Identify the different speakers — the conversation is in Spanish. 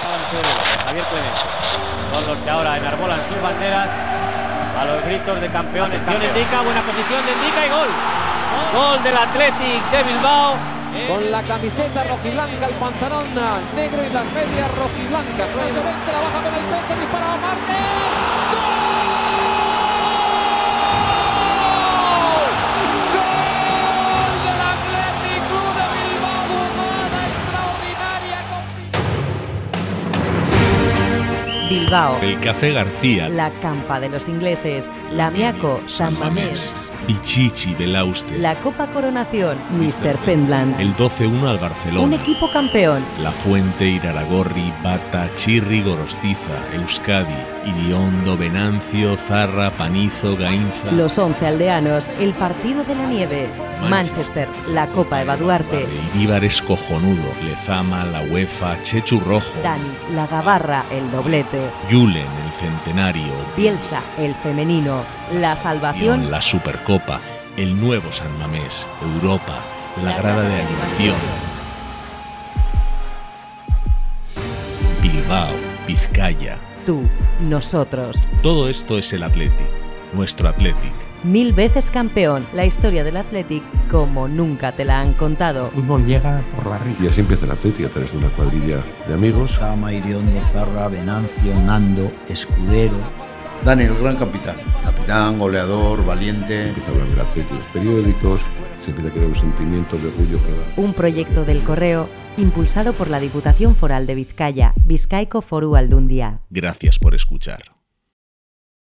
Speaker 1: Sergio de López, Javier Clemente. Son los que ahora enarbolan sus banderas a los gritos de campeones.
Speaker 2: Atención,
Speaker 1: campeón.
Speaker 2: Endica, buena posición de Endica y gol. Gol del Athletic de Bilbao.
Speaker 3: Con la camiseta rojiblanca, el pantalón negro y las medias rojiblancas. Oye, Llorente la baja con el pecho, dispara a Martínez. ¡Gol! ¡Gol del Athletic Club de Bilbao! Humada extraordinaria con
Speaker 4: Bilbao,
Speaker 5: El Café García,
Speaker 4: la campa de los ingleses, Lamiaco, San Mamés,
Speaker 5: Pichichi del Auster,
Speaker 4: la Copa Coronación, Mr. Pendland,
Speaker 5: el 12-1 al
Speaker 4: un
Speaker 5: Barcelona,
Speaker 4: equipo campeón,
Speaker 5: La Fuente, Iraragorri, Bata, Chirri, Gorostiza, Euskadi, Iriondo, Venancio, Zarra, Panizo, Gainza,
Speaker 4: los 11 aldeanos, el partido de la nieve, Manchester, la Copa Eva Duarte,
Speaker 5: Ibar es cojonudo, Lezama, La UEFA, Chechu Rojo,
Speaker 4: Dani, la Gabarra, el doblete,
Speaker 5: Yulen, El Centenario,
Speaker 4: Bielsa, el femenino, la salvación,
Speaker 5: La Supercopa, El Nuevo San Mamés, Europa, La Grada de Animación, Bilbao, Vizcaya.
Speaker 4: tú, nosotros.
Speaker 5: Todo esto es el Athletic, nuestro Athletic.
Speaker 4: Mil veces campeón, la historia del Athletic como nunca te la han contado.
Speaker 6: fútbol llega por barriga.
Speaker 7: Y así empieza el Atleti a través de una cuadrilla de amigos.
Speaker 8: Sama, Iriondo, Zarra, Venancio, Nando, Escudero. Daniel, gran capitán. Capitán, goleador, valiente.
Speaker 7: Empieza a hablar del Atleti en los periódicos. Se empieza a crear un sentimiento de orgullo. cada-
Speaker 4: Un proyecto del Correo impulsado por la Diputación Foral de Vizcaya, Vizcaico Foru Aldundia.
Speaker 5: Gracias por escuchar.